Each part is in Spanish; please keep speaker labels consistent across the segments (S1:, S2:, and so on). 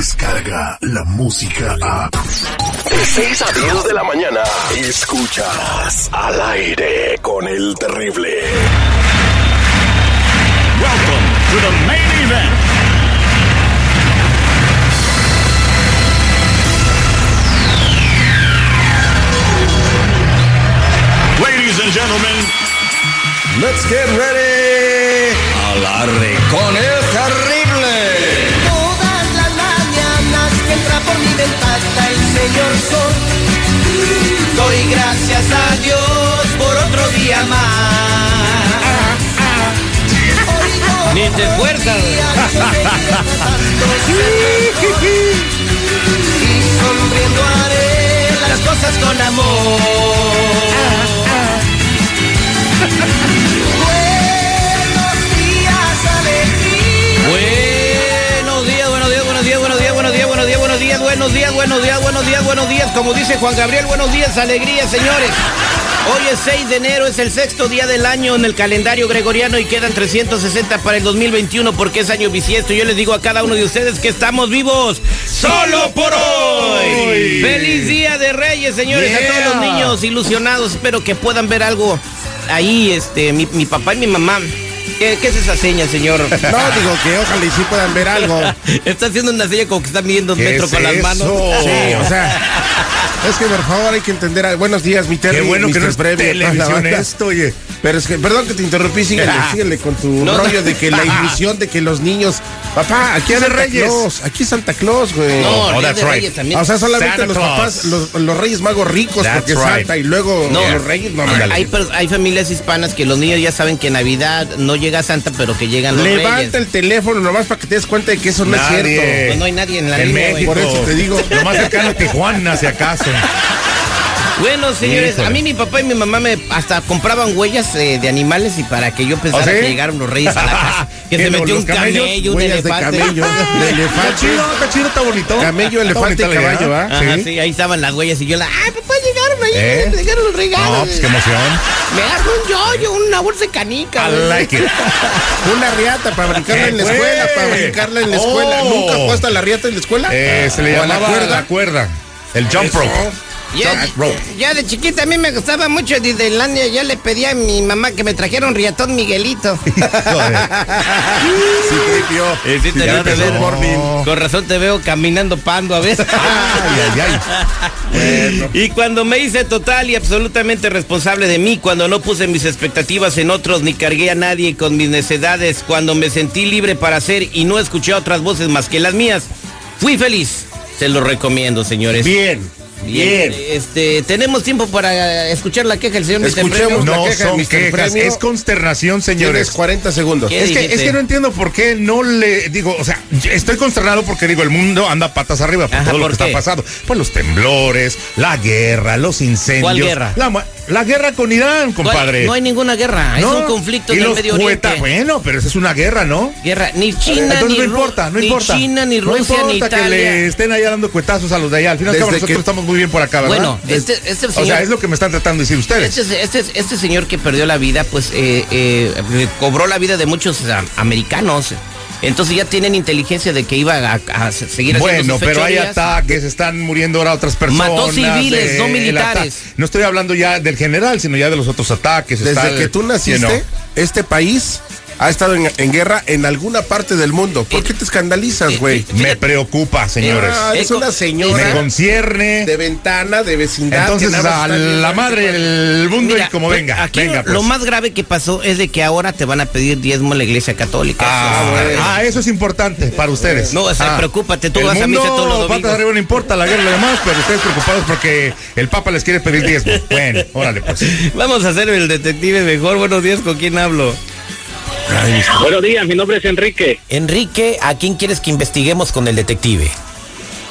S1: Escucha la música a.
S2: De 6 a 10 de la mañana. Escuchas al aire con el terrible.
S3: Welcome to the main event. Ladies and gentlemen,
S4: Let's get ready. Alarre con el terrible.
S5: Todas las mañanas que entra por mi ventana el señor sol. Doy gracias a Dios por otro día más. Ni te esfuerzas. Y sonriendo haré las cosas con amor. Buenos días, alegría.
S6: Buenos días, buenos días, buenos días, buenos días, buenos días, buenos días, buenos días, buenos días, buenos días, buenos días, buenos días. Como dice Juan Gabriel, buenos días, alegría, señores. Hoy es 6 de enero, es el sexto día del año en el calendario gregoriano y quedan 360 para el 2021 porque es año bisiesto. Yo les digo a cada uno de ustedes que estamos vivos solo por hoy. Feliz día de Reyes, señores, a todos los niños ilusionados. Espero que puedan ver algo ahí, este, mi, mi papá y mi mamá. ¿Qué, qué es esa seña, señor?
S4: No, digo que ojalá y sí puedan ver algo.
S6: Está haciendo una seña como que está midiendo un metro
S4: es
S6: con las manos.
S4: eso? Sí, o sea. Es que por favor hay que entender. a- Buenos días, mi terrible.
S7: bueno que no es televisión
S4: esto, oye. Pero es que, perdón que te interrumpí, síguele, síguele con tu
S6: No,
S4: rollo
S6: no.
S4: de que la ilusión de que los niños. Papá, aquí es
S7: Santa
S4: Santa
S7: Reyes.
S4: Claus, aquí es Santa Claus, güey.
S6: No,
S7: Oh,
S6: Día
S7: that's
S6: de
S7: right.
S6: Reyes también.
S4: O sea, solamente
S7: Santa
S4: los
S7: Claus.
S4: papás, los, los reyes magos ricos,
S7: That's
S4: porque
S7: right.
S4: Santa y luego
S6: No.
S4: los reyes, no,
S7: Ándale.
S6: hay, per- hay familias hispanas que los niños ya saben que Navidad no llega Santa, pero que llegan los
S4: Levanta
S6: Reyes.
S4: el teléfono nomás para que te des cuenta de que eso no
S7: Nadie.
S4: es cierto.
S6: Pues no hay nadie en la
S7: En
S6: línea.
S7: México.
S6: güey.
S4: Por eso te digo.
S7: Lo más cercano es Tijuana, si acaso.
S6: Bueno, señores,
S7: Híjole.
S6: a mí mi papá y mi mamá me hasta compraban huellas eh, de animales y para que yo pensara
S7: ¿Ah, sí?
S6: que llegaron los Reyes a la casa. Que
S7: ¿Qué,
S6: se
S7: los-
S6: metió
S7: los
S6: un
S7: camellos?
S6: camello, un
S4: Huellas de
S6: elefante.
S4: camello, de elefante,
S7: está chido, está bonito.
S4: camello,
S7: Está
S4: elefante y
S7: bonita la idea.
S4: caballo, ¿ah?
S6: Ajá, sí, ahí estaban las huellas y yo la, ay papá, llegaron ahí,
S7: ¿Eh?
S6: llegaron los regalos.
S7: No, pues qué emoción.
S6: Me das un yoyo, una bolsa de canica.
S7: I
S6: güey.
S7: like it.
S4: Una riata para brincarla
S7: ¡Qué
S4: en la
S7: Eh, güey!
S4: escuela, para brincarla en la escuela.
S7: Oh.
S4: ¿Nunca jugaste a la riata en la escuela?
S7: Eh, se le
S4: ¿O a
S7: llamaba la cuerda.
S4: cuerda?
S7: El jump rope.
S6: Ya,
S7: Jump rope.
S6: ya de chiquita a mí me gustaba mucho Disneylandia. Yo le pedí a mi mamá que me trajera un riatón Miguelito.
S4: Sí,
S7: eh,
S4: creepio.
S6: sí, te
S4: ya
S6: lo
S4: empezó
S6: debes.
S4: el morning.
S6: Con razón te veo caminando pando a veces.
S7: Ay, ay, ay.
S6: Y cuando me hice total y absolutamente responsable de mí, cuando no puse mis expectativas en otros ni cargué a nadie con mis necesidades, cuando me sentí libre para hacer y no escuché a otras voces más que las mías, fui feliz. Se lo recomiendo, señores.
S4: Bien, bien.
S6: Este, tenemos tiempo para escuchar la queja del señor Mr.
S4: Escuchemos.
S6: Premio?
S4: La
S7: No
S4: queja de
S7: son
S4: Mr.
S7: quejas,
S4: Premio.
S7: es consternación,
S4: Tienes
S7: señores.
S4: 40 segundos.
S6: ¿Qué?
S7: Es que,
S6: dijiste?
S7: es que no entiendo por qué no le digo, o sea, yo estoy consternado porque digo, el mundo anda patas arriba por
S6: Ajá,
S7: todo lo
S6: ¿por
S7: que
S6: qué?
S7: está pasando. Pues los temblores, la guerra, los incendios.
S6: ¿Cuál guerra?
S7: La, mu- la guerra con Irán,
S6: ¿Cuál?
S7: compadre.
S6: No hay ninguna guerra, es
S7: No,
S6: un conflicto
S7: y
S6: en el
S7: los
S6: Medio
S7: cueta-
S6: Oriente.
S7: Bueno, pero esa es una guerra, ¿no?
S6: Guerra, ni China
S7: Entonces
S6: ni
S7: no
S6: Ru-
S7: importa, no
S6: ni
S7: importa.
S6: China ni
S7: No
S6: Rusia ni
S7: importa que
S6: Italia.
S7: le estén allá dando cuetazos a los de allá. Al final
S4: Desde
S7: nosotros
S4: que-
S7: estamos muy bien por acá, ¿verdad?
S6: Bueno, este- este
S7: O
S6: señor-
S7: sea, es lo que me están tratando de decir ustedes.
S6: Este, este, este señor que perdió la vida, pues eh, eh, eh, cobró la vida de muchos ah, americanos. Entonces ya tienen inteligencia de que iba a, a seguir haciendo
S7: Bueno,
S6: sus
S7: pero hay
S6: fechorías.
S7: ataques, están muriendo ahora otras personas. eh,
S6: Mató civiles, no
S7: el
S6: militares.
S7: ata- No estoy hablando ya del general, sino ya de los otros ataques. está
S4: Desde
S7: el-
S4: que tú naciste,
S7: you know.
S4: este país ha estado en, en guerra en alguna parte del mundo. ¿Por qué te escandalizas, güey?
S7: me preocupa, Eh, señores.
S4: Ah, eres
S6: Eh,
S4: una
S6: eh,
S7: me
S4: señora
S7: concierne.
S4: de ventana, de vecindad.
S7: Entonces,
S4: que nada más
S7: a
S4: está viendo
S7: la
S4: aquí
S7: madre,
S4: para-
S7: el mundo
S6: Mira,
S7: y como
S6: pues,
S7: venga.
S6: aquí
S7: venga,
S6: lo, lo
S7: pues.
S6: más grave que pasó es de que ahora te van a pedir diezmo a la iglesia católica.
S7: Ah, ah, eso es importante para ustedes.
S6: eh. No, o sea,
S7: Ah.
S6: preocúpate, tú
S7: El
S6: vas a misa
S7: mundo,
S6: todos los
S7: patas
S6: domingos.
S7: arriba no importa la guerra y lo demás, pero ustedes preocupados porque el Papa les quiere pedir diezmo. Bueno, órale pues.
S6: Vamos a hacer el detective mejor. Buenos días, ¿con quién hablo?
S8: Buenos días, mi nombre es Enrique.
S6: Enrique, ¿a quién quieres que investiguemos con el detective?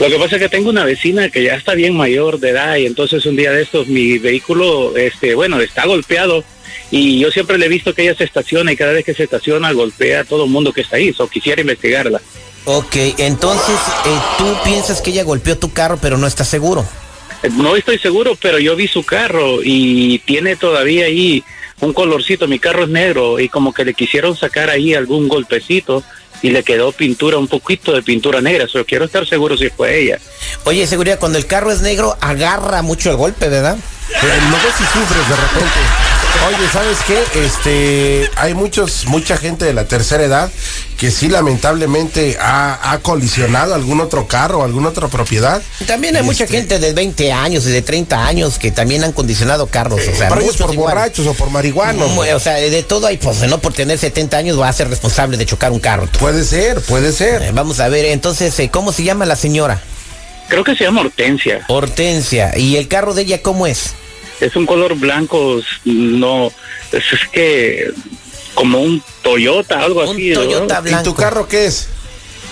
S8: Lo que pasa es que tengo una vecina que ya está bien mayor de edad y entonces un día de estos mi vehículo, este, bueno, está golpeado y yo siempre le he visto que ella se estaciona y cada vez que se estaciona golpea a todo el mundo que está ahí. So quisiera investigarla.
S6: Ok, entonces eh, tú piensas que ella golpeó tu carro, pero no estás seguro.
S8: Eh, No estoy seguro, pero yo vi su carro y tiene todavía ahí un colorcito. Mi carro es negro y como que le quisieron sacar ahí algún golpecito y le quedó pintura, un poquito de pintura negra. Solo quiero estar seguro si fue ella.
S6: Oye, seguridad, cuando el carro es negro, agarra mucho el golpe, ¿verdad?
S4: Eh, luego si sufres de repente. Oye, ¿sabes qué? Este, hay muchos, mucha gente de la tercera edad que sí lamentablemente ha, ha colisionado algún otro carro, alguna otra propiedad.
S6: También hay mucha
S4: este
S6: gente de 20 años y de 30 años que también han condicionado carros. O sea,
S4: Por ellos
S6: muchos
S4: por
S6: igual.
S4: borrachos o por marihuanos.
S6: Mu- O sea, de todo hay, pues, ¿no? Por tener 70 años va a ser responsable de chocar un carro. tú.
S4: Puede ser, puede ser.
S6: Eh, Vamos a ver, entonces, eh, ¿cómo se llama la señora?
S8: Creo que se llama Hortensia.
S6: Hortensia. ¿Y el carro de ella cómo es?
S8: Es un color blanco, no, es, es que como un Toyota, algo
S6: Un
S8: así. Pues ¿no?
S6: Toyota
S4: ¿Y
S6: blanco.
S4: tu carro qué es?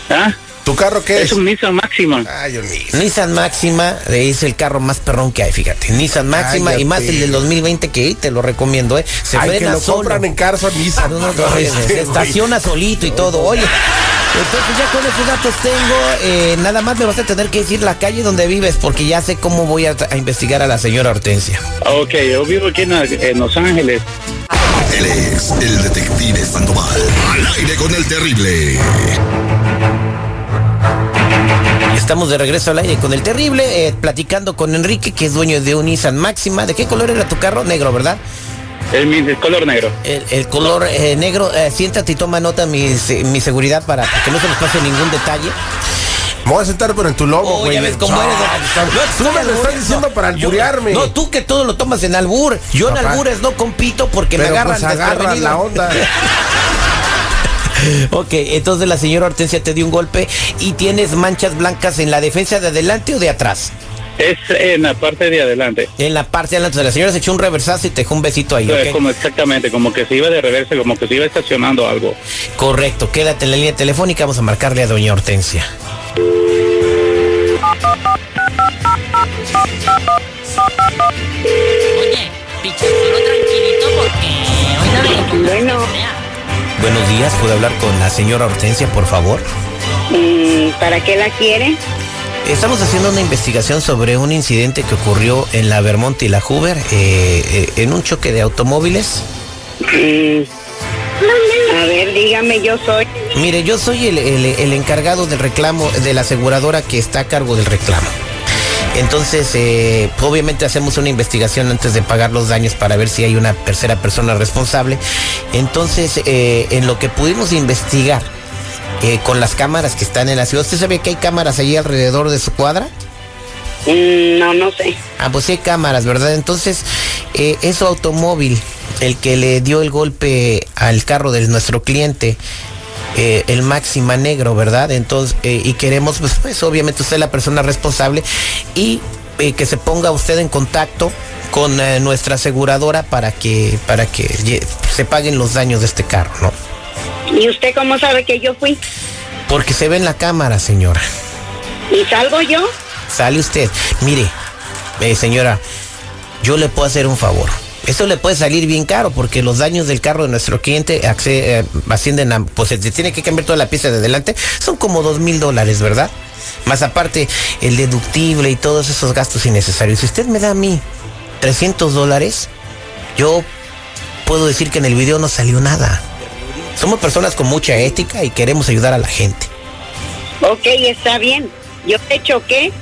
S8: ¿Ah?
S4: ¿Tu carro qué
S8: Es
S4: es?
S8: un Nissan Maxima.
S4: Ay, Dios mío.
S6: Nissan Máxima eh, es el carro más perrón que hay, fíjate. Nissan Máxima
S4: Cállate.
S6: y más el del 2020 que te lo recomiendo, ¿eh? Se
S4: Ay, que
S6: frena
S4: lo
S6: solo.
S4: compran en Carson Nissan.
S6: No, no, no,
S4: Este,
S6: se
S4: güey.
S6: estaciona solito y todo. Oye, entonces ya con esos datos tengo, eh, nada más me vas a tener que decir la calle donde vives porque ya sé cómo voy a, a investigar a la señora Hortensia.
S8: Ah, Ok, yo vivo aquí en, en Los Ángeles.
S2: Él es el detective Sandoval. Al aire con el terrible.
S6: Estamos de regreso al aire con el terrible, eh, platicando con Enrique, que es dueño de un Nissan Máxima. ¿De qué color era tu carro? Negro, ¿verdad?
S8: Es mi de color negro.
S6: El, el color eh, negro, eh, siéntate y toma nota mi, se- mi seguridad para que no se nos pase ningún detalle.
S4: Me voy a sentar pero en tu lomo,
S6: Oh,
S4: güey. Ah,
S6: ya ves cómo
S4: No,
S6: eres.
S4: está- tú me lo estás diciendo para
S6: yo-
S4: alburearme.
S6: No, tú que todo lo tomas en albur. Yo en
S4: Papá.
S6: albures no compito porque
S4: pero
S6: me agarran
S4: pues agarra
S6: desprevenido.
S4: la onda.
S6: Ok, entonces la señora Hortensia te dio un golpe y tienes manchas blancas en la defensa de adelante o de atrás.
S8: Es en la parte de adelante.
S6: En la parte de adelante. O sea, La señora se echó un reversazo y te dejó un besito ahí.
S8: O sea,
S6: ¿ok?
S8: como exactamente, como que se iba de reversa, como que se iba estacionando algo.
S6: Correcto, quédate en la línea telefónica, vamos a marcarle a doña Hortensia.
S9: Oye, pichacero tranquilito porque hoy no me
S10: Bueno.
S6: Buenos días, ¿puedo hablar con la señora Hortensia, por favor?
S10: Mm, ¿Para qué la quiere?
S6: Estamos haciendo una investigación sobre un incidente que ocurrió en la Vermont y la Hoover, eh, eh, en un choque de automóviles.
S10: Mm, a ver, dígame, yo soy.
S6: Mire, yo soy el, el- el encargado del reclamo, de la aseguradora que está a cargo del reclamo. Entonces, eh, obviamente hacemos una investigación antes de pagar los daños para ver si hay una tercera persona responsable. Entonces, eh, en lo que pudimos investigar eh, con las cámaras que están en la ciudad, ¿usted sabía que hay cámaras allí alrededor de su cuadra?
S10: Mm, no, no sé.
S6: Ah, pues sí hay cámaras, ¿verdad? Entonces, eh, es su automóvil, el que le dio el golpe al carro de nuestro cliente, eh, el Máxima Negro, ¿verdad? Entonces, eh, y queremos, pues, pues, obviamente usted es la persona responsable y eh, que se ponga usted en contacto con eh, nuestra aseguradora para que, para que lle- se paguen los daños de este carro, ¿no?
S10: ¿Y usted cómo sabe que yo fui?
S6: Porque se ve en la cámara, señora.
S10: ¿Y salgo yo?
S6: Sale usted. Mire, eh, señora, yo le puedo hacer un favor. Esto le puede salir bien caro porque los daños del carro de nuestro cliente acce- eh, ascienden a... Pues se tiene que cambiar toda la pieza de adelante. Son como dos mil dólares, ¿verdad? Más aparte el deductible y todos esos gastos innecesarios. Si usted me da a mí 300 dólares, yo puedo decir que en el video no salió nada. Somos personas con mucha ética y queremos ayudar a la gente.
S10: Ok, está bien. Yo te choqué,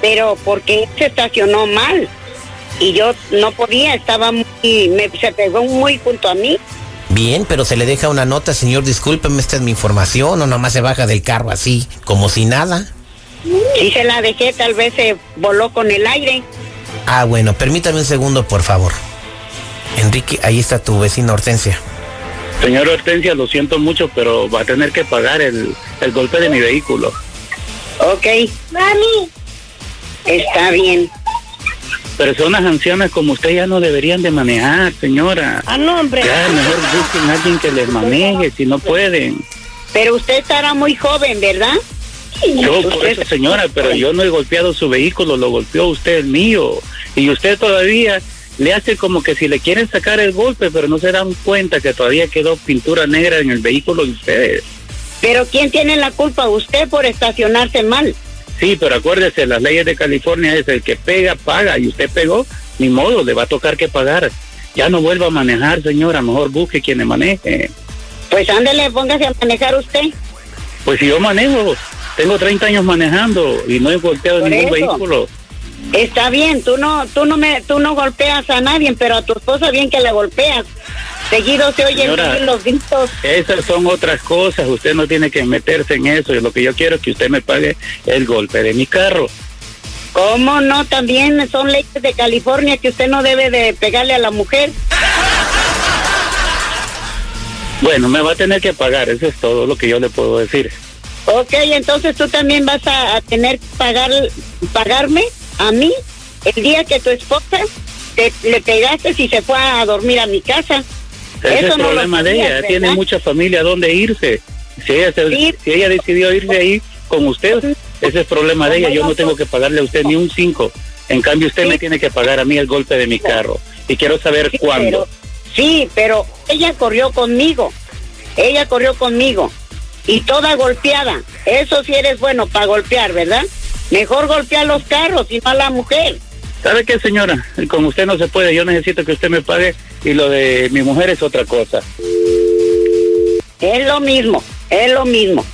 S10: pero porque él se estacionó mal. Y yo no podía, estaba muy. Me, se pegó muy junto a mí.
S6: Bien, pero se le deja una nota, señor, discúlpeme, esta es mi información, o nomás se baja del carro así, como si nada.
S10: Y se la dejé, tal vez se voló con el aire.
S6: Ah, bueno, permítame un segundo, por favor. Enrique, ahí está tu vecina Hortensia.
S8: Señor Hortensia, lo siento mucho, pero va a tener que pagar el, el golpe de mi vehículo.
S10: Ok. Mami. Está bien.
S8: Personas ancianas como usted ya no deberían de manejar, señora.
S10: Ah, no, hombre.
S8: Ya, mejor busquen a alguien que les maneje si no pueden.
S10: Pero usted estará muy joven, ¿verdad?
S8: Yo, por eso, señora, pero yo no he golpeado su vehículo, lo golpeó usted el mío. Y usted todavía le hace como que si le quieren sacar el golpe, pero no se dan cuenta que todavía quedó pintura negra en el vehículo de ustedes.
S10: Pero ¿quién tiene la culpa? Usted por estacionarse mal.
S8: Sí, pero acuérdese, las leyes de California es el que pega, paga, y usted pegó, ni modo, le va a tocar que pagar. Ya no vuelva a manejar, señora, mejor busque quien le maneje.
S10: Pues ándele, póngase a manejar usted.
S8: Pues si yo manejo, tengo 30 años manejando y no he golpeado
S10: Por
S8: ningún
S10: eso.
S8: vehículo.
S10: Está bien, tú no, tú no me, tú no golpeas a nadie, pero a tu esposa bien que la golpeas. Seguido se oyen
S8: Señora.
S10: bien los gritos.
S8: Esas son otras cosas, usted no tiene que meterse en eso. y Lo que yo quiero es que usted me pague el golpe de mi carro.
S10: ¿Cómo no? También son leyes de California que usted no debe de pegarle a la mujer.
S8: Bueno, me va a tener que pagar, eso es todo lo que yo le puedo decir.
S10: Ok, entonces tú también vas a, a tener que pagar, pagarme a mí el día que tu esposa te, le pegaste y se fue a dormir a mi casa.
S8: Ese es el
S10: no lo
S8: problema de ella,
S10: sabías,
S8: ella tiene
S10: ¿verdad?
S8: mucha familia donde irse. Si ella, se-
S10: Sí.
S8: si ella decidió irse ahí con usted, ese es problema de ella, yo no tengo que pagarle a usted ni un cinco. En cambio, usted me tiene que pagar a mí el golpe de mi carro. Y quiero saber
S10: Sí,
S8: cuándo.
S10: Pero, sí, pero ella corrió conmigo. Ella corrió conmigo. Y toda golpeada. Eso sí eres bueno para golpear, ¿verdad? Mejor golpear los carros y no a la mujer.
S8: ¿Sabe qué, señora? Con usted no se puede, yo necesito que usted me pague y lo de mi mujer es otra cosa.
S10: Es lo mismo, es lo mismo.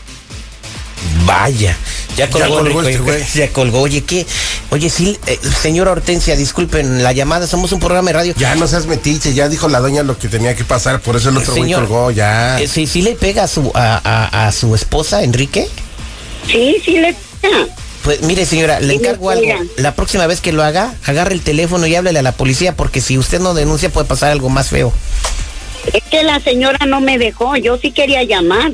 S6: Vaya. Ya colgó,
S4: colgó
S6: Rico,
S4: este
S6: oye,
S4: güey.
S6: ya colgó. Oye, ¿qué? Oye, sí, eh, señora Hortensia, disculpen la llamada, somos un programa de radio.
S4: Ya no seas metiche, ya dijo la doña lo que tenía que pasar, por eso el otro güey
S6: Señor.
S4: colgó, ya.
S6: Eh, sí, sí le pega a su, a, a- a su esposa, Enrique.
S10: Sí, sí le pega.
S6: Pues mire, señora, le
S10: Sí le
S6: encargo algo.
S10: pega.
S6: La próxima vez que lo haga, agarre el teléfono y háblele a la policía, porque si usted no denuncia puede pasar algo más feo.
S10: Es que la señora no me dejó. Yo sí quería llamar.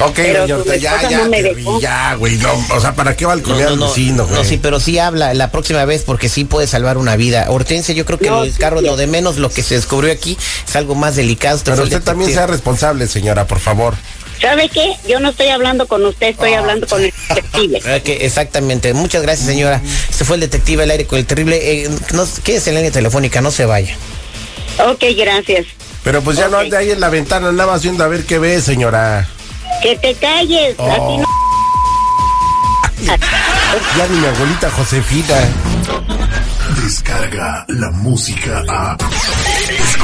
S4: Ok,
S10: Pero
S4: doña
S10: tu
S4: Hortensia, ya,
S10: esposa
S4: ya,
S10: no me
S4: te
S10: dejó.
S4: vi, ya, ah, güey, no, o sea, ¿para qué balconear al vecino, güey?
S6: no, sí, pues, pero sí habla la próxima vez porque sí puede salvar una vida. Hortensia, yo creo que
S10: No,
S6: lo del
S10: sí,
S6: carro,
S10: sí.
S6: lo de menos, lo que se descubrió aquí es algo más delicado. Este
S4: Pero
S6: fue el
S4: usted también sea
S6: detective.
S4: responsable, señora, por favor.
S10: ¿Sabe qué? Yo no estoy hablando con usted, estoy hablando con el detective.
S6: Ah, que- exactamente, muchas gracias señora.
S4: Mm.
S6: Se fue el detective al aire con el terrible. Eh, no, quédese en la línea telefónica, no se vaya.
S10: Ok, gracias.
S4: Pero pues ya no
S10: Ok.
S4: ande ahí en la ventana, nada más viendo a ver qué ve, señora.
S10: Que te calles. a ti no-
S4: Ya ni mi abuelita Josefina. ¿eh?
S1: Descarga la música a.